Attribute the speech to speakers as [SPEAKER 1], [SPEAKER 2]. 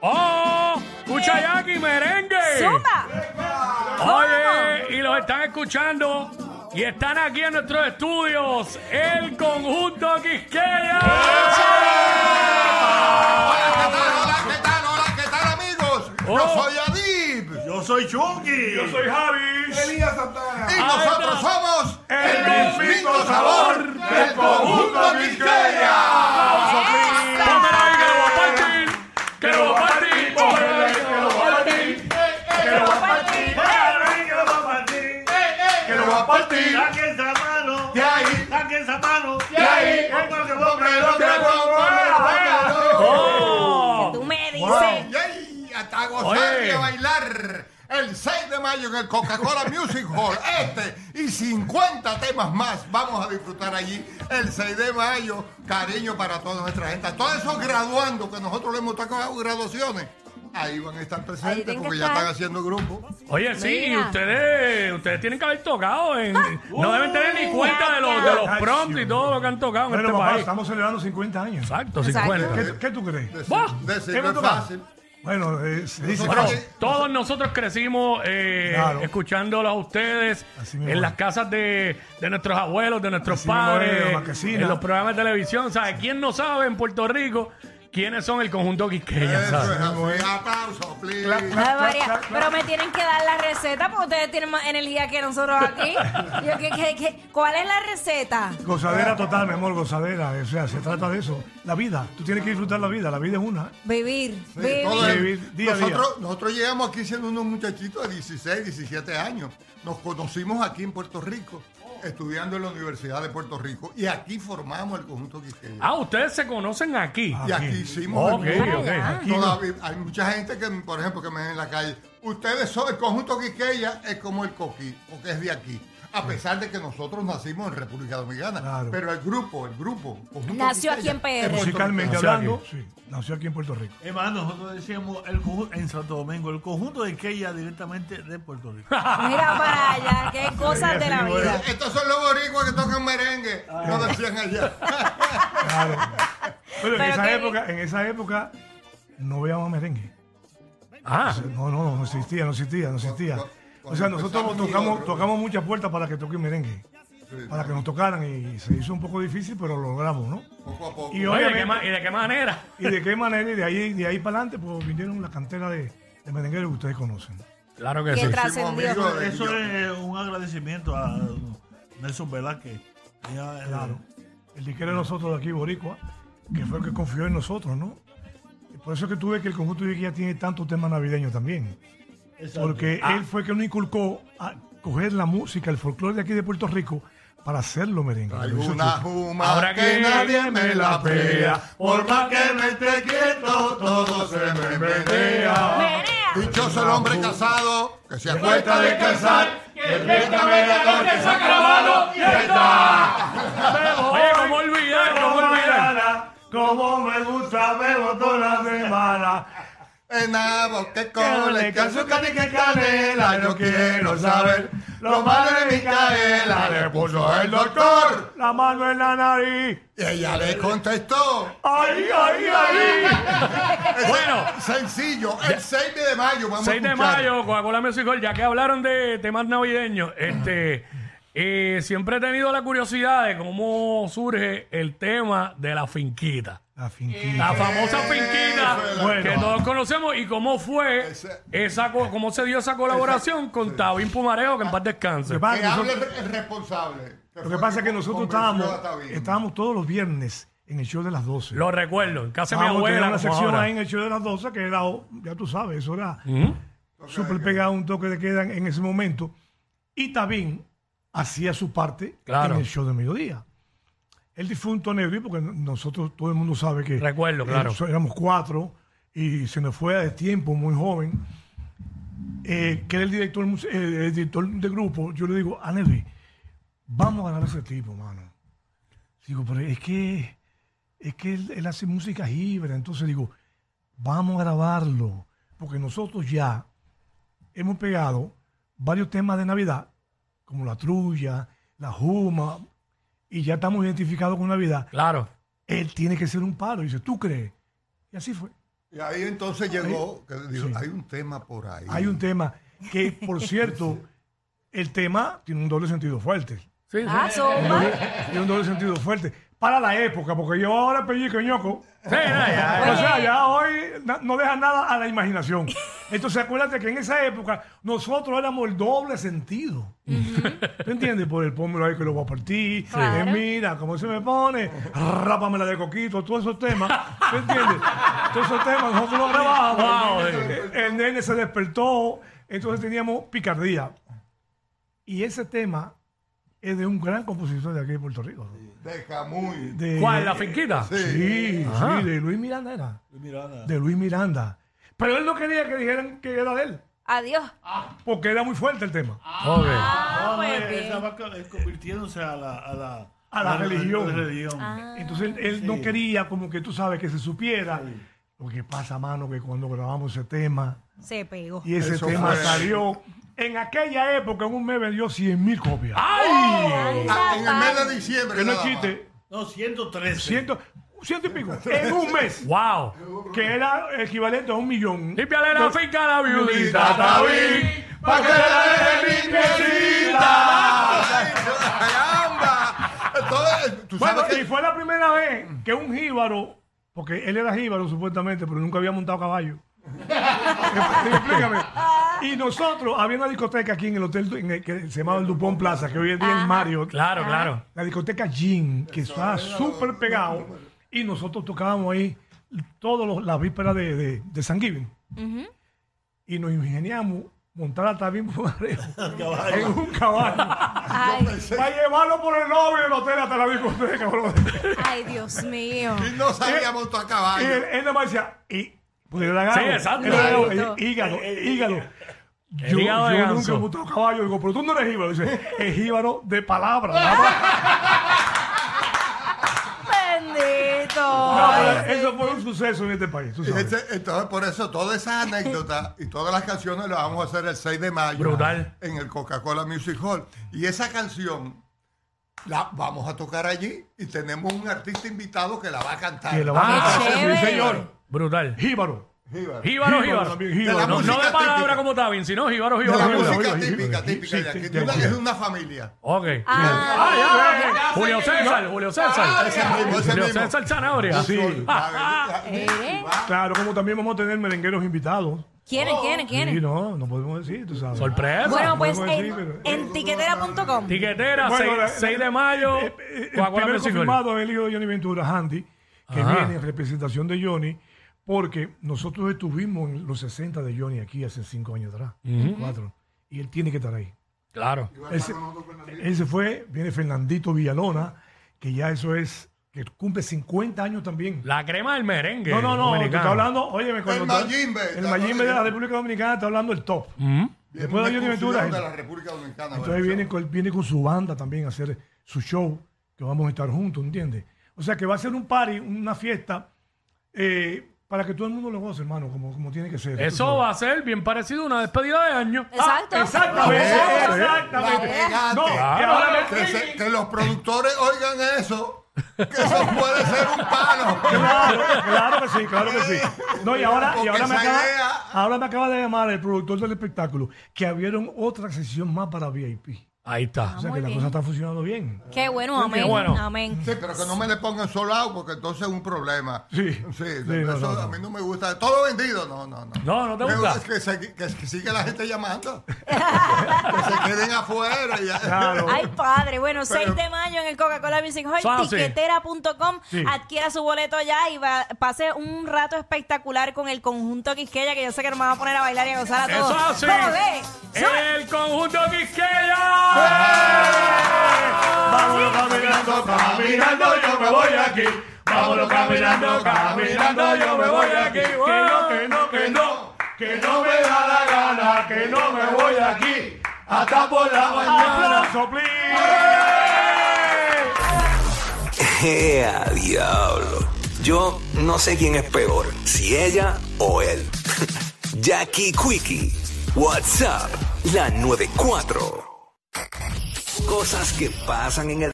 [SPEAKER 1] ¡Oh! ¡Escucha Jackie merengue!
[SPEAKER 2] ¡Zumba!
[SPEAKER 1] Oye, y los están escuchando y están aquí en nuestros estudios el conjunto Quisqueya.
[SPEAKER 3] ¿Qué tal? Hola, ¿qué tal? Hola, ¿qué tal, amigos? Yo
[SPEAKER 1] Oh.
[SPEAKER 3] soy Adib.
[SPEAKER 4] Yo soy Chunky.
[SPEAKER 1] Yo soy Javi.
[SPEAKER 3] Y nosotros
[SPEAKER 1] está.
[SPEAKER 3] somos
[SPEAKER 1] Ah, El mismo sabor del conjunto
[SPEAKER 3] Quisqueya.
[SPEAKER 1] Póngala ahí, que lo va a partir, que lo va a partir, póngala ahí.
[SPEAKER 3] Que lo va a partir de ahí, de ahí.
[SPEAKER 1] ¡Oh!
[SPEAKER 2] Tú me dices.
[SPEAKER 3] Yay, Hasta gozar
[SPEAKER 1] Oye.
[SPEAKER 3] y a bailar. El 6 de mayo en el Coca-Cola Music Hall. Este y 50 temas más vamos a disfrutar allí. El 6 de mayo. Cariño para toda nuestra gente. A Todos esos graduando que nosotros le hemos tocado graduaciones. Ahí van a estar presentes
[SPEAKER 2] tienen que
[SPEAKER 3] porque ya
[SPEAKER 2] estar.
[SPEAKER 3] están haciendo grupo.
[SPEAKER 1] Oye, sí,
[SPEAKER 2] Mira.
[SPEAKER 1] y ustedes, ustedes tienen que haber tocado. En, no deben tener ni cuenta de los, de los prompts y todo lo que han tocado en
[SPEAKER 4] Bueno,
[SPEAKER 1] este
[SPEAKER 4] papá,
[SPEAKER 1] país.
[SPEAKER 4] estamos celebrando 50 años.
[SPEAKER 1] Exacto,
[SPEAKER 2] Exacto.
[SPEAKER 1] 50.
[SPEAKER 4] ¿Qué, qué tú crees?
[SPEAKER 3] Decir,
[SPEAKER 1] ¡Bah!
[SPEAKER 3] decir
[SPEAKER 4] ¿Qué
[SPEAKER 3] no es
[SPEAKER 4] me toca?
[SPEAKER 3] fácil.
[SPEAKER 4] Bueno, eh, se dice
[SPEAKER 1] Bueno,
[SPEAKER 4] fácil.
[SPEAKER 1] todos nosotros crecimos eh,
[SPEAKER 4] Claro.
[SPEAKER 1] escuchándolos a ustedes
[SPEAKER 4] Así mismo
[SPEAKER 1] en
[SPEAKER 4] es.
[SPEAKER 1] las casas de, de nuestros abuelos, de nuestros
[SPEAKER 4] Así mismo es, de
[SPEAKER 1] padres,
[SPEAKER 4] la marquesina.
[SPEAKER 1] en los programas de televisión. ¿Sabes quién no sabe en Puerto Rico quiénes son el conjunto Quisqueya?
[SPEAKER 3] Eso
[SPEAKER 1] ¿sabes?
[SPEAKER 3] es así. Aplauso, please.
[SPEAKER 4] Clap,
[SPEAKER 2] Ay, María,
[SPEAKER 4] clap, clap.
[SPEAKER 2] Pero me tienen que dar la receta porque ustedes tienen más energía que nosotros aquí. Yo, ¿qué, qué, qué? cuál es la receta?
[SPEAKER 4] Gozadera total, mi amor, gozadera. O sea, se trata de eso. La vida. Tú tienes que disfrutar la vida. La vida es una.
[SPEAKER 2] Vivir.
[SPEAKER 3] Sí,
[SPEAKER 2] vivir.
[SPEAKER 3] todo es-
[SPEAKER 4] Vivir día a día.
[SPEAKER 3] nosotros, nosotros llegamos aquí siendo unos muchachitos de 16, 17 años. Nos conocimos aquí en Puerto Rico, estudiando en la Universidad de Puerto Rico. Y aquí formamos el conjunto Quisqueya.
[SPEAKER 1] Ah, ustedes se conocen aquí.
[SPEAKER 3] y aquí
[SPEAKER 4] aquí.
[SPEAKER 3] hicimos
[SPEAKER 1] ok,
[SPEAKER 3] el grupo.
[SPEAKER 1] ok.
[SPEAKER 2] Ah,
[SPEAKER 3] Todavía- hay mucha gente que, por ejemplo, que me ve en la calle. Ustedes son, el conjunto Quisqueya es como el coquí, porque es de aquí. A pesar de que nosotros nacimos en República Dominicana.
[SPEAKER 4] Claro.
[SPEAKER 3] Pero el grupo, el grupo. Conjunto
[SPEAKER 2] Nació
[SPEAKER 3] Quisqueya,
[SPEAKER 2] aquí en PR.
[SPEAKER 3] es
[SPEAKER 4] Musicalmente
[SPEAKER 3] puertorriqueño.
[SPEAKER 1] Nació
[SPEAKER 4] hablando, sí, nació aquí en Puerto Rico.
[SPEAKER 5] Hermano, nosotros decíamos el conju- en Santo Domingo, el conjunto de Keya directamente de Puerto Rico.
[SPEAKER 2] Mira para allá, qué cosas de la vida.
[SPEAKER 3] Estos son los boricuas que tocan merengue. No decían allá.
[SPEAKER 4] Claro. Pero en
[SPEAKER 2] Pero
[SPEAKER 4] esa
[SPEAKER 2] qué-
[SPEAKER 4] época, en esa época no veíamos merengue.
[SPEAKER 1] Ah,
[SPEAKER 4] No, no, no existía, no existía, no existía.
[SPEAKER 3] Cu-
[SPEAKER 4] O sea,
[SPEAKER 3] cuando
[SPEAKER 4] nosotros
[SPEAKER 3] empezamos ni
[SPEAKER 4] tocamos,
[SPEAKER 3] otro.
[SPEAKER 4] tocamos muchas puertas para que toquen merengue, para que nos tocaran y se hizo un poco difícil, pero lo logramos, ¿no?
[SPEAKER 3] Poco a poco.
[SPEAKER 4] Y
[SPEAKER 1] oye, ¿de qué
[SPEAKER 4] obviamente-
[SPEAKER 1] ma- ¿y de qué manera?
[SPEAKER 4] ¿Y de qué manera? Y de ahí, de ahí para adelante, pues vinieron la cantera de, de merengueros que ustedes conocen.
[SPEAKER 1] Claro que
[SPEAKER 2] Que
[SPEAKER 1] sí.
[SPEAKER 2] trascendió.
[SPEAKER 3] amigos.
[SPEAKER 5] Eso es un agradecimiento a Nelson Velázquez. Ya,
[SPEAKER 4] Claro. El disquero de nosotros de aquí, Boricua, que fue el que confió en nosotros, ¿no? Y Por eso es que tú ves que el conjunto de ya tiene tantos temas navideños también.
[SPEAKER 5] exacto.
[SPEAKER 4] Porque
[SPEAKER 3] Ah.
[SPEAKER 4] él fue el que nos inculcó a coger la música, el folclore de aquí de Puerto Rico, para hacerlo merengue. Lo
[SPEAKER 3] Traigo
[SPEAKER 4] hizo
[SPEAKER 3] una
[SPEAKER 4] tú.
[SPEAKER 3] juma
[SPEAKER 1] Ahora
[SPEAKER 3] que,
[SPEAKER 1] que
[SPEAKER 3] nadie me la pega. Por más que me esté quieto, todo se me menea.
[SPEAKER 2] Menea.
[SPEAKER 3] Dichoso el hombre casado que se acuesta a descansar.
[SPEAKER 1] Oye, ¿cómo olvidar? ¿Cómo olvidar?
[SPEAKER 4] Como me gusta verlo toda la semana.
[SPEAKER 3] En nabo que cole, que azúcar y que canela. Yo quiero saber lo malo de Micaela. Le puso el doctor
[SPEAKER 4] La mano en la nariz.
[SPEAKER 3] y ella le contestó.
[SPEAKER 4] ¡Ay, ay, ay!
[SPEAKER 1] Bueno.
[SPEAKER 3] Sencillo, el 6 de mayo vamos
[SPEAKER 1] 6
[SPEAKER 3] a
[SPEAKER 1] de
[SPEAKER 3] escuchar.
[SPEAKER 1] mayo, Coca-Cola Music Hall, ya que hablaron de temas navideños, este, eh, siempre he tenido la curiosidad de cómo surge el tema de la finquita.
[SPEAKER 4] La finquita.
[SPEAKER 1] La famosa
[SPEAKER 3] fue
[SPEAKER 1] finquita
[SPEAKER 3] la-
[SPEAKER 1] que
[SPEAKER 4] Bueno.
[SPEAKER 1] todos conocemos y cómo fue
[SPEAKER 3] Ese-
[SPEAKER 1] esa co- cómo se dio esa colaboración con Tabín Pumarejo, que en paz descanse.
[SPEAKER 4] Lo que pasa es
[SPEAKER 3] Que
[SPEAKER 4] que
[SPEAKER 3] hable
[SPEAKER 4] nosotros-
[SPEAKER 3] el responsable.
[SPEAKER 4] lo que pasa es que nosotros estábamos,
[SPEAKER 3] estábamos
[SPEAKER 4] estábamos todos los viernes en el show de las 12.
[SPEAKER 1] Lo recuerdo, en casa de mi
[SPEAKER 4] Estábamos,
[SPEAKER 1] abuela.
[SPEAKER 4] teníamos una
[SPEAKER 1] como
[SPEAKER 4] sección
[SPEAKER 1] ahora. ¿Mm?
[SPEAKER 4] ahí en el show de las 12 que era, oh, ya tú sabes, eso era
[SPEAKER 1] Ujú.
[SPEAKER 4] súper pegado, un toque de queda en- en ese momento. Y Tabín hacía su parte
[SPEAKER 1] Claro.
[SPEAKER 4] en el show de mediodía. El difunto Negri, porque nosotros, todo el mundo sabe que...
[SPEAKER 1] Recuerdo,
[SPEAKER 4] eh,
[SPEAKER 1] claro.
[SPEAKER 4] so- éramos cuatro y se nos fue de tiempo, muy joven. eh, que era el director, mus- eh, el director de grupo. Yo le digo, a Negri, vamos a ganar a ese tipo, mano. Digo, pero es que... Es que él, él hace música jíbara. Entonces digo, vamos a grabarlo. Porque nosotros ya hemos pegado varios temas de Navidad, como la trulla, la juma, y ya estamos identificados con Navidad.
[SPEAKER 1] Claro.
[SPEAKER 4] Él tiene que ser un paro. Dice, ¿tú crees? Y así fue.
[SPEAKER 3] Y ahí entonces llegó, que dijo, hay un tema por ahí.
[SPEAKER 4] Hay un tema que, por cierto, el tema tiene un doble sentido fuerte.
[SPEAKER 1] Sí, sí.
[SPEAKER 2] Ah, zumba.
[SPEAKER 4] Tiene un doble sentido fuerte. Para la época, porque yo ahora pellico y ñoco.
[SPEAKER 1] Sí, ya, ya.
[SPEAKER 4] O sea, ya hoy na- no deja nada a la imaginación. Entonces, acuérdate que en esa época nosotros éramos el doble sentido. ¿Tú entiendes? Por el pómelo ahí que lo voy a partir.
[SPEAKER 2] Claro.
[SPEAKER 4] eh, mira, cómo se me pone. Rápamela de coquito. Todos esos temas. ¿Tú entiendes? Todos esos temas nosotros los grabábamos.
[SPEAKER 1] Wow, eh.
[SPEAKER 4] el, el nene se despertó. Entonces teníamos picardía. Y ese tema es de un gran compositor de aquí de Puerto Rico. ¿no?
[SPEAKER 3] De Camuy.
[SPEAKER 4] De-
[SPEAKER 1] ¿Cuál? ¿La finquita?
[SPEAKER 4] Sí, sí,
[SPEAKER 1] Ajá.
[SPEAKER 4] de Luis Miranda era
[SPEAKER 5] Miranda.
[SPEAKER 4] de Luis Miranda. Pero él no quería que dijeran que era de él,
[SPEAKER 2] Adiós.
[SPEAKER 3] Ah,
[SPEAKER 4] porque era muy fuerte el tema.
[SPEAKER 1] Ok.
[SPEAKER 2] Ah,
[SPEAKER 5] No,
[SPEAKER 2] pues
[SPEAKER 5] eh,
[SPEAKER 2] bien.
[SPEAKER 5] esa vaca es convirtiéndose a la, a la,
[SPEAKER 4] A la religión.
[SPEAKER 5] religión.
[SPEAKER 2] Ah.
[SPEAKER 4] Entonces él, él no quería como que tú sabes que se supiera lo que pasa, mano, que cuando grabamos ese tema
[SPEAKER 2] Se pegó.
[SPEAKER 4] y ese
[SPEAKER 3] Eso
[SPEAKER 4] tema
[SPEAKER 3] fue.
[SPEAKER 4] salió, en aquella época en un mes vendió 100 mil copias.
[SPEAKER 1] Ah. ¡Ay!
[SPEAKER 3] Ah, en el mes de diciembre.
[SPEAKER 4] que no es
[SPEAKER 3] nada más.
[SPEAKER 4] chiste,
[SPEAKER 5] No, 113.
[SPEAKER 4] ciento, ciento y pico, en un mes,
[SPEAKER 1] ¡Wow!
[SPEAKER 4] que era equivalente a un millón.
[SPEAKER 1] Límpiale la
[SPEAKER 4] Pues,
[SPEAKER 1] finca a la viudita, David.
[SPEAKER 3] Tatabí, pa' que la deje limpiecita. ¡Caramba! Entonces, tú sabes
[SPEAKER 4] Bueno,
[SPEAKER 3] que...
[SPEAKER 4] y fue la primera vez que un jíbaro, porque él era jíbaro supuestamente, pero nunca había montado caballo. Explícame. Y nosotros, había una discoteca aquí en el hotel en el que se llamaba el Dupont Plaza, que hoy en día es Mario.
[SPEAKER 1] Claro, claro.
[SPEAKER 4] La discoteca Gin, que estaba súper pegado. Y nosotros tocábamos ahí todas las vísperas de, de, de San Giving. Y nos ingeniamos montar a Tabín Pumarejo en un caballo.
[SPEAKER 2] Ay,
[SPEAKER 4] Para llevarlo por el lobby del hotel hasta la discoteca, brother.
[SPEAKER 2] ay, Dios mío.
[SPEAKER 3] Y no sabíamos tu a
[SPEAKER 4] Y
[SPEAKER 3] caballo.
[SPEAKER 4] él, él nada más decía, y, pues era galo.
[SPEAKER 1] Sí, exacto. Eh,
[SPEAKER 4] Él era galo,
[SPEAKER 2] Exacto.
[SPEAKER 4] y- hígado, hígado.
[SPEAKER 1] El
[SPEAKER 4] Yo,
[SPEAKER 1] eh, hígado de
[SPEAKER 4] yo
[SPEAKER 1] ganso.
[SPEAKER 4] nunca he montado caballo, digo, pero tú no eres jíbaro. Dice, es jíbaro de palabra. palabra".
[SPEAKER 2] Bendito.
[SPEAKER 4] No, pero
[SPEAKER 3] eh.
[SPEAKER 4] eso fue un suceso en este país, tú
[SPEAKER 3] Y
[SPEAKER 4] sabes.
[SPEAKER 3] este- entonces, por eso, todas esas anécdotas y todas las canciones las vamos a hacer el 6 de mayo.
[SPEAKER 1] Brutal.
[SPEAKER 3] En el Coca-Cola Music Hall. Y esa canción la vamos a tocar allí y tenemos un artista invitado que la va a cantar.
[SPEAKER 4] Que lo van a
[SPEAKER 1] Ah,
[SPEAKER 4] hacer,
[SPEAKER 2] chévere.
[SPEAKER 4] sí, señor.
[SPEAKER 1] Brutal.
[SPEAKER 4] Ah. Jíbaro.
[SPEAKER 3] Jíbaro.
[SPEAKER 1] Jíbaro, jíbaro.
[SPEAKER 4] también,
[SPEAKER 3] De la
[SPEAKER 4] jíbaro.
[SPEAKER 1] No, no de
[SPEAKER 3] música
[SPEAKER 1] palabra
[SPEAKER 3] típica.
[SPEAKER 1] como Tabin, sino jíbaro,
[SPEAKER 3] De la
[SPEAKER 1] jíbaro, jíbaro.
[SPEAKER 3] música
[SPEAKER 4] oye, oye,
[SPEAKER 3] típica,
[SPEAKER 4] oye,
[SPEAKER 3] típica de
[SPEAKER 4] sí,
[SPEAKER 3] aquí.
[SPEAKER 4] sí,
[SPEAKER 3] De una-
[SPEAKER 4] sí.
[SPEAKER 3] Es una familia.
[SPEAKER 1] Ok.
[SPEAKER 2] Ah,
[SPEAKER 1] Julio César, Julio César.
[SPEAKER 3] Ese mismo, ese
[SPEAKER 1] Julio
[SPEAKER 3] mismo.
[SPEAKER 1] César Zanahoria.
[SPEAKER 4] Sí.
[SPEAKER 3] Ah,
[SPEAKER 2] ¿Eh?
[SPEAKER 4] Claro, como también vamos a tener merengueros invitados.
[SPEAKER 2] ¿Quieren, quieren,
[SPEAKER 4] Y
[SPEAKER 2] quieren?
[SPEAKER 4] no, no podemos decir, tú sabes.
[SPEAKER 1] Sorpresa.
[SPEAKER 2] Bueno, pues
[SPEAKER 4] Bueno, sí,
[SPEAKER 2] en,
[SPEAKER 4] pero-
[SPEAKER 2] en tiquetera.com.
[SPEAKER 1] Tiquetera,
[SPEAKER 4] Bueno,
[SPEAKER 1] seis-
[SPEAKER 4] la-
[SPEAKER 1] 6 de mayo.
[SPEAKER 4] Eh, eh, el
[SPEAKER 1] Coca-Cola
[SPEAKER 4] primero
[SPEAKER 1] Music Hall.
[SPEAKER 4] confirmado es el hijo de Johnny Ventura, Handy, que
[SPEAKER 1] Ajá.
[SPEAKER 4] viene en representación de Johnny, porque nosotros estuvimos en los 60 de Johnny aquí hace cinco años atrás, cuatro, y él tiene que estar ahí.
[SPEAKER 1] Claro.
[SPEAKER 4] Él se, él se fue, viene Fernandito Villalona, que ya eso es, que cumple 50 años también.
[SPEAKER 1] La crema del merengue.
[SPEAKER 4] no, no, no, tú
[SPEAKER 1] dominicano.
[SPEAKER 4] estás hablando, oye, me cuando está-
[SPEAKER 3] Mayimbe, está
[SPEAKER 4] El Mayimbe de la
[SPEAKER 3] hablando-
[SPEAKER 4] República Dominicana está hablando el
[SPEAKER 1] Mm.
[SPEAKER 4] top. Después de Johnny Ventura.
[SPEAKER 3] de
[SPEAKER 4] él-
[SPEAKER 3] la República Dominicana.
[SPEAKER 4] entonces viene con, viene con su banda también a hacer su show, que vamos a estar juntos, ¿entiendes? O sea que va a ser un party, una fiesta, eh, para que todo el mundo lo goce, hermano, como, como tiene que ser.
[SPEAKER 1] Eso va a ser bien parecido a una despedida de año.
[SPEAKER 2] Exacto.
[SPEAKER 4] Exactamente,
[SPEAKER 2] Exacto.
[SPEAKER 4] exactamente.
[SPEAKER 3] Pegate.
[SPEAKER 4] No, que ahora me-
[SPEAKER 3] Que, se- que los productores oigan eso, que eso puede ser un palo.
[SPEAKER 4] Claro, claro que sí, claro que sí. No, y ahora, y
[SPEAKER 3] Porque
[SPEAKER 4] ahora, me,
[SPEAKER 3] esa
[SPEAKER 4] acaba,
[SPEAKER 3] idea-
[SPEAKER 4] ahora me acaba de llamar el productor del espectáculo que abrieron otra sesión más para VIP.
[SPEAKER 1] Ahí está.
[SPEAKER 4] O
[SPEAKER 2] Ah,
[SPEAKER 4] sea
[SPEAKER 2] muy
[SPEAKER 4] que la
[SPEAKER 2] bien.
[SPEAKER 4] cosa está funcionando bien.
[SPEAKER 2] Qué bueno, amén.
[SPEAKER 1] Qué bueno.
[SPEAKER 2] Amén.
[SPEAKER 3] Sí, pero que no me le pongan solo agua, porque entonces es un problema.
[SPEAKER 4] Sí.
[SPEAKER 3] Sí,
[SPEAKER 4] Sí,
[SPEAKER 3] eso
[SPEAKER 4] no, no, no.
[SPEAKER 3] a mí no me gusta. Todo vendido, no, no, no.
[SPEAKER 1] No, no te
[SPEAKER 3] Me
[SPEAKER 1] gusta.
[SPEAKER 3] que, se- que, que siga la gente llamando. que se queden afuera. y ya.
[SPEAKER 4] Claro.
[SPEAKER 2] Ay, padre. Bueno,
[SPEAKER 3] Pero-
[SPEAKER 2] 6 de mayo en el Coca-Cola Music Hall,
[SPEAKER 1] Eso es así.
[SPEAKER 2] tiquetera.com.
[SPEAKER 4] Sí.
[SPEAKER 2] Adquiera su boleto ya y va, pase un rato espectacular con el conjunto Quisqueya, que yo sé que nos van a poner a bailar y a gozar a todos.
[SPEAKER 1] Eso así.
[SPEAKER 2] ¡Ole! ¡Sube!
[SPEAKER 1] El conjunto Quisqueya.
[SPEAKER 4] Vámonos caminando,
[SPEAKER 1] Caminando yo me voy aquí. Vámonos caminando, caminando yo me voy aquí.
[SPEAKER 4] Que
[SPEAKER 3] Oh,
[SPEAKER 4] no, que no, que no, que no me da la gana, que no me voy aquí. Hasta por la mañana. ¡Aplauso, please!
[SPEAKER 6] ¡Ea, diablo! Yo no sé quién es peor, si ella o él. Jackie Quickie, WhatsApp, la 94. Cosas que pasan en el...